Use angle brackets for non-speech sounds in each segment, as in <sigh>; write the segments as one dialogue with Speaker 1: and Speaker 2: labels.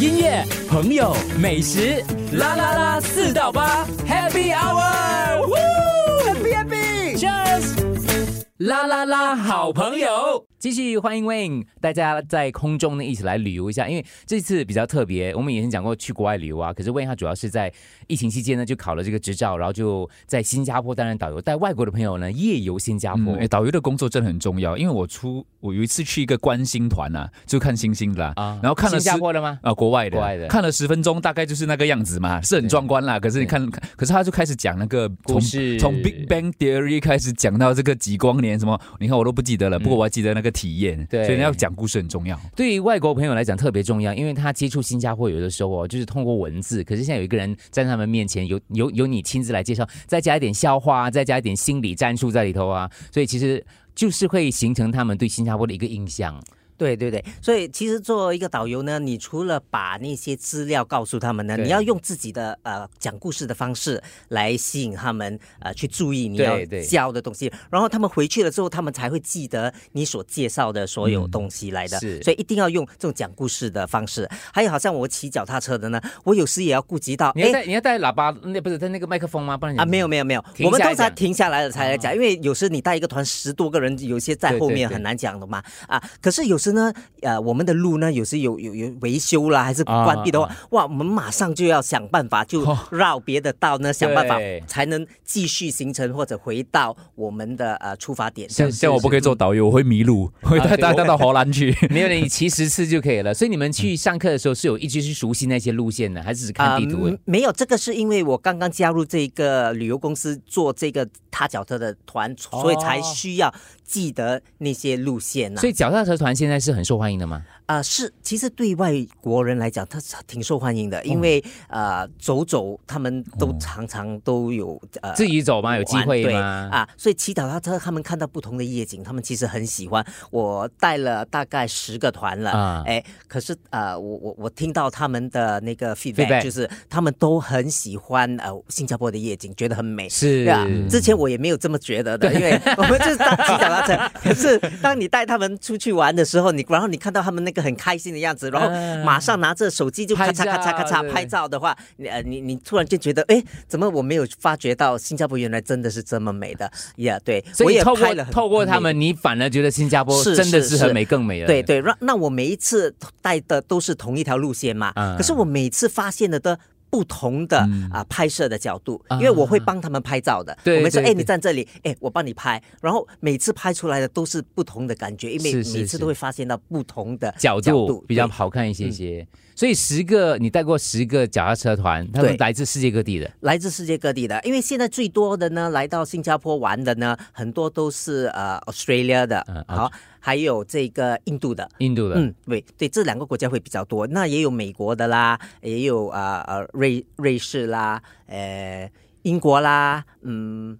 Speaker 1: 音乐、朋友、美食，啦啦啦，四到八，Happy Hour，Happy Happy，Cheers，啦啦啦，好朋友，继续欢迎 Wayne，大家在空中呢一起来旅游一下，因为这次比较特别，我们以前讲过去国外旅游啊，可是 Wayne 他主要是在疫情期间呢就考了这个执照，然后就在新加坡担任导游，带外国的朋友呢夜游新加坡
Speaker 2: 嗯，。诶导游的工作真的很重要，因为我出我有一次去一个观星团啊，就看星星的啊，
Speaker 1: 啊
Speaker 2: 然后看了
Speaker 1: 新加
Speaker 2: 十
Speaker 1: 坡的吗？
Speaker 2: 啊、国外的，
Speaker 1: 国外的
Speaker 2: 看了十分钟，大概就是那个样子嘛，是很壮观啦。可是你看，可是他就开始讲那个
Speaker 1: 故
Speaker 2: 从
Speaker 1: 事
Speaker 2: 从 Big Bang Theory 开始讲到这个几光年什么，你看我都不记得了，不过我还记得那个体验。
Speaker 1: 嗯对
Speaker 2: 所以你要讲故事很重要。
Speaker 1: 对于外国朋友来讲特别重要，因为他接触新加坡有的时候哦，就是通过文字，可是现在有一个人站在他们面前，有有有你亲自来介绍，再加一点笑话啊，再加一点心理战术在里头啊，所以其实就是会形成他们对新加坡的一个印象。
Speaker 3: 对对对，所以其实作为一个导游呢，你除了把那些资料告诉他们呢，
Speaker 1: 对
Speaker 3: 你要用自己的呃讲故事的方式来吸引他们呃去注意你要
Speaker 1: 对对
Speaker 3: 教的东西，然后他们回去了之后，他们才会记得你所介绍的所有东西来的。
Speaker 1: 嗯是
Speaker 3: 所以一定要用这种讲故事的方式。还有，好像我骑脚踏车的呢，我有时也要顾及到，
Speaker 1: 你要
Speaker 3: 诶
Speaker 1: 带你要带喇叭，那不是带那个麦克风吗？不然你
Speaker 3: 啊，没有没有没有，
Speaker 1: 嗯停
Speaker 3: 我们
Speaker 1: 下来
Speaker 3: 通常
Speaker 1: 讲啊
Speaker 3: 停下来了才来讲，因为有时你带一个团十多个人，有些在
Speaker 1: 对
Speaker 3: 后
Speaker 1: 对
Speaker 3: 面
Speaker 1: 对
Speaker 3: 很难讲的嘛。啊，可是有时呢，呃，我们的路呢，有时有有有维修啦，还是
Speaker 1: 啊
Speaker 3: 关闭的话，
Speaker 1: 啊哦
Speaker 3: 哇，我们马上就要想办法，就绕别的道呢，想办法
Speaker 1: 对
Speaker 3: 才能继续行程或者回到我们的呃出发点。嗯
Speaker 1: 是
Speaker 2: 像
Speaker 1: 是
Speaker 2: 像我不可以做导游，我会迷路，我会带
Speaker 1: 对 <laughs>
Speaker 2: 大家到荷兰去。
Speaker 1: 没有，你骑十次就可以了。所以你们
Speaker 3: 嗯
Speaker 1: 去上课的时候是有一直去熟悉那些路线的，还是只是看地图而已？
Speaker 3: 嗯没有，这个是因为我刚刚加入这个旅游公司做这个踏脚车的团，所以才需要记得那些路线啊呐、
Speaker 1: 所以脚踏车团现在是很受欢迎的吗？
Speaker 3: 啊、是，其实对外国人来讲，他是挺受欢迎的，
Speaker 1: 哦
Speaker 3: 因为、呃，走走他们都常常都有呃。
Speaker 1: 自己走吗？有机会
Speaker 3: 玩对
Speaker 1: 吗？
Speaker 3: 啊，所以祈祷他他他们看到不同的夜景，他们其实很喜欢。我带了大概十个团了，
Speaker 1: 啊
Speaker 3: 哎、可是呃，我我我听到他们的那个 feedback，,
Speaker 1: Feedback
Speaker 3: 就是他们都很喜欢呃新加坡的夜景，觉得很美。
Speaker 1: 是
Speaker 3: 对啊，之前我也没有这么觉得的，
Speaker 1: <laughs>
Speaker 3: 因为我们就是当骑脚踏车。可是当你带他们出去玩的时候，你然后你看到他们那个很开心的样子，然
Speaker 1: 嗯
Speaker 3: 后马上拿着手机就咔
Speaker 1: 拍照
Speaker 3: 嚓咔嚓咔
Speaker 1: 对
Speaker 3: 嚓拍照的话，你呃你你突然就觉得，哎，怎么我没有发觉到新加坡原来真的是这么美的呀？对，
Speaker 1: 所
Speaker 3: 我
Speaker 1: 以
Speaker 3: 也
Speaker 1: 透
Speaker 3: 拍
Speaker 1: 过
Speaker 3: 了很
Speaker 1: 透过他。
Speaker 3: 很美
Speaker 1: 们，你反而觉得新加坡
Speaker 3: 是
Speaker 1: 真的
Speaker 3: 是
Speaker 1: 是很
Speaker 3: 是
Speaker 1: 美更美了。
Speaker 3: 对对，让那我每一次带的都是同一条路线嘛，
Speaker 1: 嗯
Speaker 3: 可是我每次发现了的。不同的啊、拍摄的角度，因为
Speaker 1: 啊
Speaker 3: 我会帮他们拍照的。
Speaker 1: 对
Speaker 3: 我们说，
Speaker 1: 对
Speaker 3: 哎，你
Speaker 1: 对
Speaker 3: 站这里，哎，我帮你拍。然后每次拍出来的都是不同的感觉，因为
Speaker 1: 是是
Speaker 3: 每
Speaker 1: 是
Speaker 3: 次都会发现到不同的
Speaker 1: 角度比较
Speaker 3: 对嗯
Speaker 1: 好看一些些。所以十个你带过十个脚踏车团，他们
Speaker 3: 对
Speaker 1: 来自世界各地的。
Speaker 3: 来自世界各地的，因为现在最多的呢，来到新加坡玩的呢，很多都是呃 Australia 的，
Speaker 1: 嗯
Speaker 3: 好、还有这个印度的。
Speaker 1: 印度的，
Speaker 3: 嗯，对对，这两个国家会比较多。那也有美国的啦，也有啊呃瑞瑞士啦，呃英国啦，嗯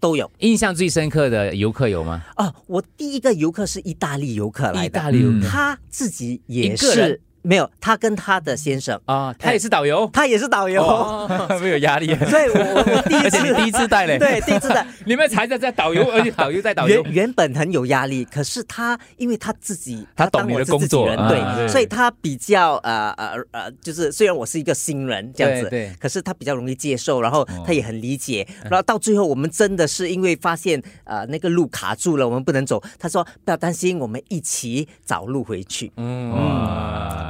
Speaker 3: 都有。
Speaker 1: 印象最深刻的游客有吗？
Speaker 3: 哦，我第一个游客是意大利游客来嗯
Speaker 1: 意
Speaker 3: 的，
Speaker 1: 大利游客
Speaker 3: 他自己
Speaker 1: 一
Speaker 3: 也
Speaker 1: 个人
Speaker 3: 是没有，他跟他的先生，
Speaker 1: 啊，他也是导游。
Speaker 3: 他也是导游，
Speaker 2: 没有压力，
Speaker 3: <laughs> 所以我我我第一
Speaker 2: 而且你第
Speaker 3: 次
Speaker 2: 一次带嘞，
Speaker 3: 对第一次的。
Speaker 1: 你们才在在导
Speaker 3: <laughs>
Speaker 1: 游，而且导游在导游
Speaker 3: 原。原本很有压力，可是他因为他自己，
Speaker 2: 他
Speaker 3: 当
Speaker 2: 懂你
Speaker 3: 我
Speaker 2: 的
Speaker 3: 是
Speaker 2: 工
Speaker 3: 自己
Speaker 2: 作
Speaker 3: 人
Speaker 2: 啊
Speaker 3: 对，
Speaker 1: 对
Speaker 3: 所以他比较呃呃呃，就是虽然我是一个新人这样子，
Speaker 1: 对对
Speaker 3: 可是他比较容易接受，然
Speaker 2: 哦
Speaker 3: 后他也很理解，
Speaker 2: 嗯
Speaker 3: 然后到最后我们真的是因为发现呃那个路卡住了，我们不能走，他说不要担心，我们一起找路回去，
Speaker 1: 嗯
Speaker 3: 嗯
Speaker 2: 啊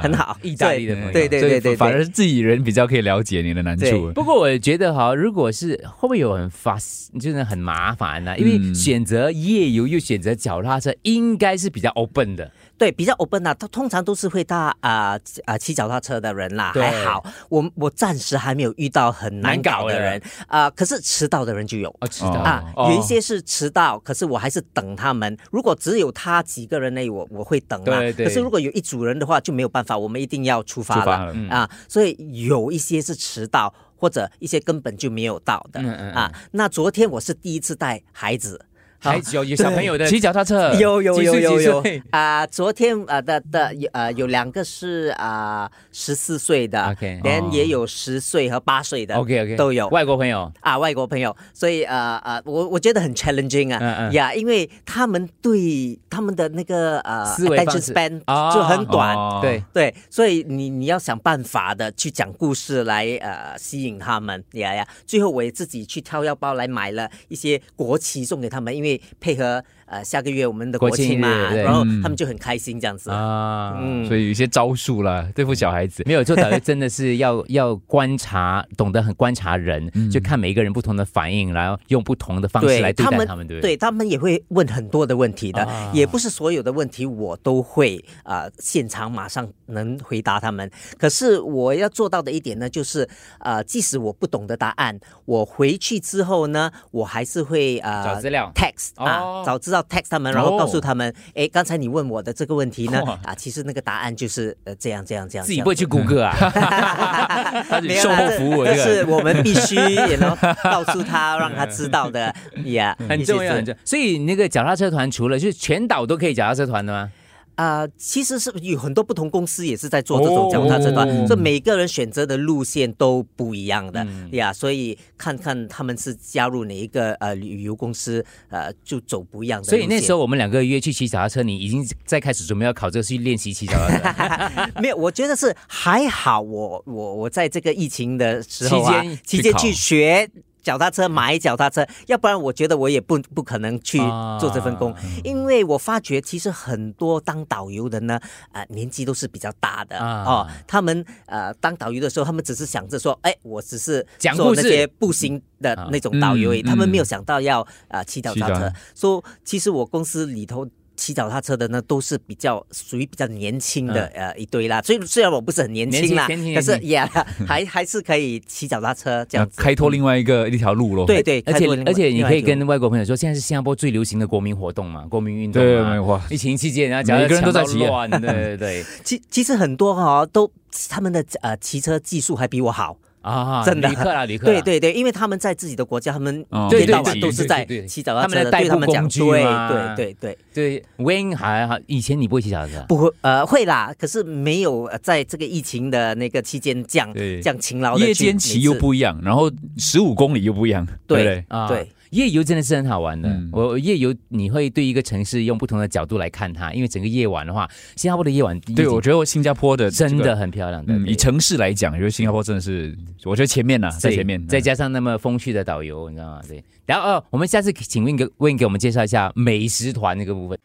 Speaker 1: 哇
Speaker 3: 很好，
Speaker 1: 意大利的朋友
Speaker 3: 对对对对
Speaker 2: 所以
Speaker 3: 对，
Speaker 2: 反而是自己人比较可以了解你的难处
Speaker 3: 对。
Speaker 1: 不过我觉得哈，如果是会不会有很发，就是很麻烦啊呢、因为
Speaker 2: 嗯
Speaker 1: 选择夜游又选择脚踏车，应该是比较 open 的。
Speaker 3: 对，比较 open 啊，他通常都是会搭啊啊骑脚踏车的人啦，
Speaker 1: 对
Speaker 3: 还好，我我暂时还没有遇到很难
Speaker 1: 难搞
Speaker 3: 搞
Speaker 1: 的
Speaker 3: 的人啊、可是迟到的人就有。
Speaker 1: 哦，知
Speaker 2: 道
Speaker 3: 啊，
Speaker 1: 哦
Speaker 3: 有一些是迟到，可是我还是等他们。如果只有他几个人呢，我我会等啦。
Speaker 1: 对对
Speaker 3: 可是如果有一组人的话，就没有办法，我们一定要出发了
Speaker 2: 出发了
Speaker 1: 嗯
Speaker 3: 啊。所以有一些是迟到，或者一些根本就没有到的、
Speaker 1: 嗯嗯嗯
Speaker 3: 啊。那昨天我是第一次带孩子。
Speaker 2: 还有有小朋友的
Speaker 4: 骑脚踏
Speaker 2: 呃
Speaker 4: 车，
Speaker 3: 有有
Speaker 2: 几
Speaker 3: 有
Speaker 2: 岁
Speaker 3: 有
Speaker 2: 几 <laughs>
Speaker 3: 有
Speaker 2: 岁
Speaker 3: 啊、昨天啊、呃的的有呃有两个是啊十四岁的
Speaker 2: OK
Speaker 3: 连
Speaker 2: 哦
Speaker 3: 也有十岁和八岁的
Speaker 2: OK OK
Speaker 3: 都有
Speaker 2: 外国朋友，
Speaker 3: 啊外国朋友，所以呃呃我我觉得很 challenging 啊，
Speaker 2: 嗯嗯
Speaker 3: 呀，因为他们对他们的那个呃
Speaker 2: 思维方
Speaker 3: attention
Speaker 2: 式
Speaker 3: span
Speaker 2: 啊
Speaker 3: 就很短，
Speaker 2: 哦对
Speaker 3: 对，所以你你要想办法的去讲故事来呃吸引他们呀呀。最后我也自己去挑腰包来买了一些国旗送给他们，因为配合呃下个月我们的
Speaker 2: 国
Speaker 3: 国庆
Speaker 2: 庆
Speaker 3: 嘛，
Speaker 2: 日对
Speaker 3: 然后
Speaker 2: 嗯
Speaker 3: 他们就很开心这样子。
Speaker 2: 啊，
Speaker 3: 嗯
Speaker 2: 所以有一些招数啦，对付小孩子。
Speaker 1: 没有做导游真的是要要观察，懂得很观察人，就看每一个人不同的反应，然后用不同的方式来对待他们，对不对？
Speaker 3: 对他们也会问很多的问题的，
Speaker 1: 啊
Speaker 3: 也不是所有的问题我都会啊、呃现场马上能回答他们。可是我要做到的一点呢，就是呃，即使我不懂得答案，我回去之后呢，我还是会呃
Speaker 2: 找资料
Speaker 3: text 啊，
Speaker 2: 哦
Speaker 3: 早知道 text 他们，然后告诉他
Speaker 1: 哦
Speaker 3: 们，哎、刚才你问我的这个问题呢，啊，其实那个答案就是呃这样这样这样，
Speaker 1: 自己
Speaker 3: 这样
Speaker 1: 不会去
Speaker 3: <laughs>
Speaker 1: 谷歌啊？
Speaker 3: 没有
Speaker 2: 售
Speaker 3: 啦
Speaker 2: 后服务这
Speaker 3: 这这
Speaker 2: 个
Speaker 3: 是我们必须也能告诉他，让他知道
Speaker 1: <laughs>
Speaker 3: 的呀，
Speaker 1: 很重要，很重要。所以那个脚踏车团除了就是全岛都可以脚踏车团的吗？
Speaker 3: 啊、其实是有很多不同公司也是在做这种脚踏车团，
Speaker 2: 哦
Speaker 3: 所以每个人选择的路线都不一样的
Speaker 1: 嗯
Speaker 3: 呀，所以看看他们是加入哪一个呃旅游公司，呃，就走不一样的
Speaker 1: 所
Speaker 3: 路
Speaker 1: 以
Speaker 3: 线。
Speaker 1: 那时候我们两个约去骑脚踏车，你已经在开始准备要考这个去练习骑脚踏车
Speaker 3: <laughs> 没有，我觉得是还好我，我我在这个疫情的时候啊
Speaker 2: 期间，
Speaker 3: 期间
Speaker 2: 去考
Speaker 3: 去学。脚踏车买脚踏车，要不然我觉得我也不不可能去
Speaker 1: 啊
Speaker 3: 做这份工，因为我发觉其实很多当导游的呢，啊、年纪都是比较大的、
Speaker 1: 啊
Speaker 3: 哦，他们呃当导游的时候，他们只是想着说，哎，我只是
Speaker 1: 讲
Speaker 3: 做
Speaker 1: 故
Speaker 3: 那
Speaker 1: 事
Speaker 3: 些步行的
Speaker 1: 啊
Speaker 3: 那种导游而已，
Speaker 2: 嗯
Speaker 3: 他们
Speaker 2: 嗯
Speaker 3: 没有想到要啊、呃骑脚
Speaker 2: 骑
Speaker 3: 踏
Speaker 2: 脚
Speaker 3: 车，说、其实我公司里头骑脚踏车的呢，都是比较属于比较年轻的、呃一堆啦。所以虽然我不是很年轻啦，
Speaker 1: 嗯年轻
Speaker 3: 可
Speaker 1: 年轻
Speaker 3: 是也、还还是可以骑脚踏车这
Speaker 2: 那
Speaker 3: 样子。
Speaker 2: 开拓另外一个一条路咯。
Speaker 3: 对对，
Speaker 1: 而
Speaker 3: 开拓
Speaker 1: 且
Speaker 3: 另外
Speaker 1: 而且你可以。
Speaker 3: 另外一条
Speaker 1: 跟外国朋友说，现在是新加坡最流行的国民活动嘛，国民运动
Speaker 2: 对，
Speaker 1: 嘛
Speaker 2: 没有哇，
Speaker 1: 疫情期间，然后脚
Speaker 2: 每
Speaker 1: 踏车
Speaker 2: 个人都在骑
Speaker 1: 骑乱，对对
Speaker 2: <laughs>
Speaker 1: 对
Speaker 3: 其其实很多哈、哦、都他们的呃骑车技术还比我好。
Speaker 1: 啊，
Speaker 3: 真的
Speaker 1: 旅客啦，旅客啦，
Speaker 3: 对对对，因为他们在自己的国家，他们
Speaker 2: 哦
Speaker 3: 一天到
Speaker 1: 对
Speaker 3: 晚
Speaker 1: 对
Speaker 3: 都是
Speaker 1: 对
Speaker 3: 在
Speaker 1: 对对
Speaker 3: 骑脚踏
Speaker 1: 他们
Speaker 3: 车
Speaker 1: 的
Speaker 3: 的，
Speaker 1: 代
Speaker 3: 对
Speaker 1: 步
Speaker 3: 他们讲，
Speaker 1: 工具
Speaker 3: 对
Speaker 1: 嘛
Speaker 3: 对对对，
Speaker 1: 对，Wayne 还好以前你不会骑脚踏车啊，
Speaker 3: 不会呃会啦，可是没有呃在这个疫情的那个期间这样
Speaker 2: 对
Speaker 3: 这样勤劳的
Speaker 2: 夜间骑又不一样，然后十五公里又不一样，对
Speaker 3: 对
Speaker 2: 不对？
Speaker 1: 啊
Speaker 3: 对，
Speaker 1: 夜游真的是很好玩的。
Speaker 2: 嗯
Speaker 1: 我夜游你会对一个城市用不同的角度来看它，因为整个夜晚的话，新加坡的夜晚
Speaker 2: 对，我觉得新加坡的
Speaker 1: 得真
Speaker 2: 这
Speaker 1: 的
Speaker 2: 个，
Speaker 1: 很漂亮的。
Speaker 2: 嗯，以
Speaker 1: 对
Speaker 2: 城市来讲，我觉得新加坡真的是，我觉得前面呐，啊在
Speaker 1: 对
Speaker 2: 前
Speaker 3: 嗯
Speaker 2: 面，嗯
Speaker 1: 再加上那么风趣的导游，你知道吗？对。然后哦，我们下次请问给问给我们介绍一下美食团那个部分。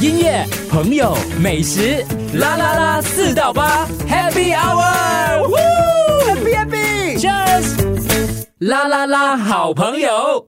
Speaker 4: 音乐、朋友、美食，啦啦啦，四到八，Happy Hour，Happy Happy，Cheers，啦啦啦，好朋友。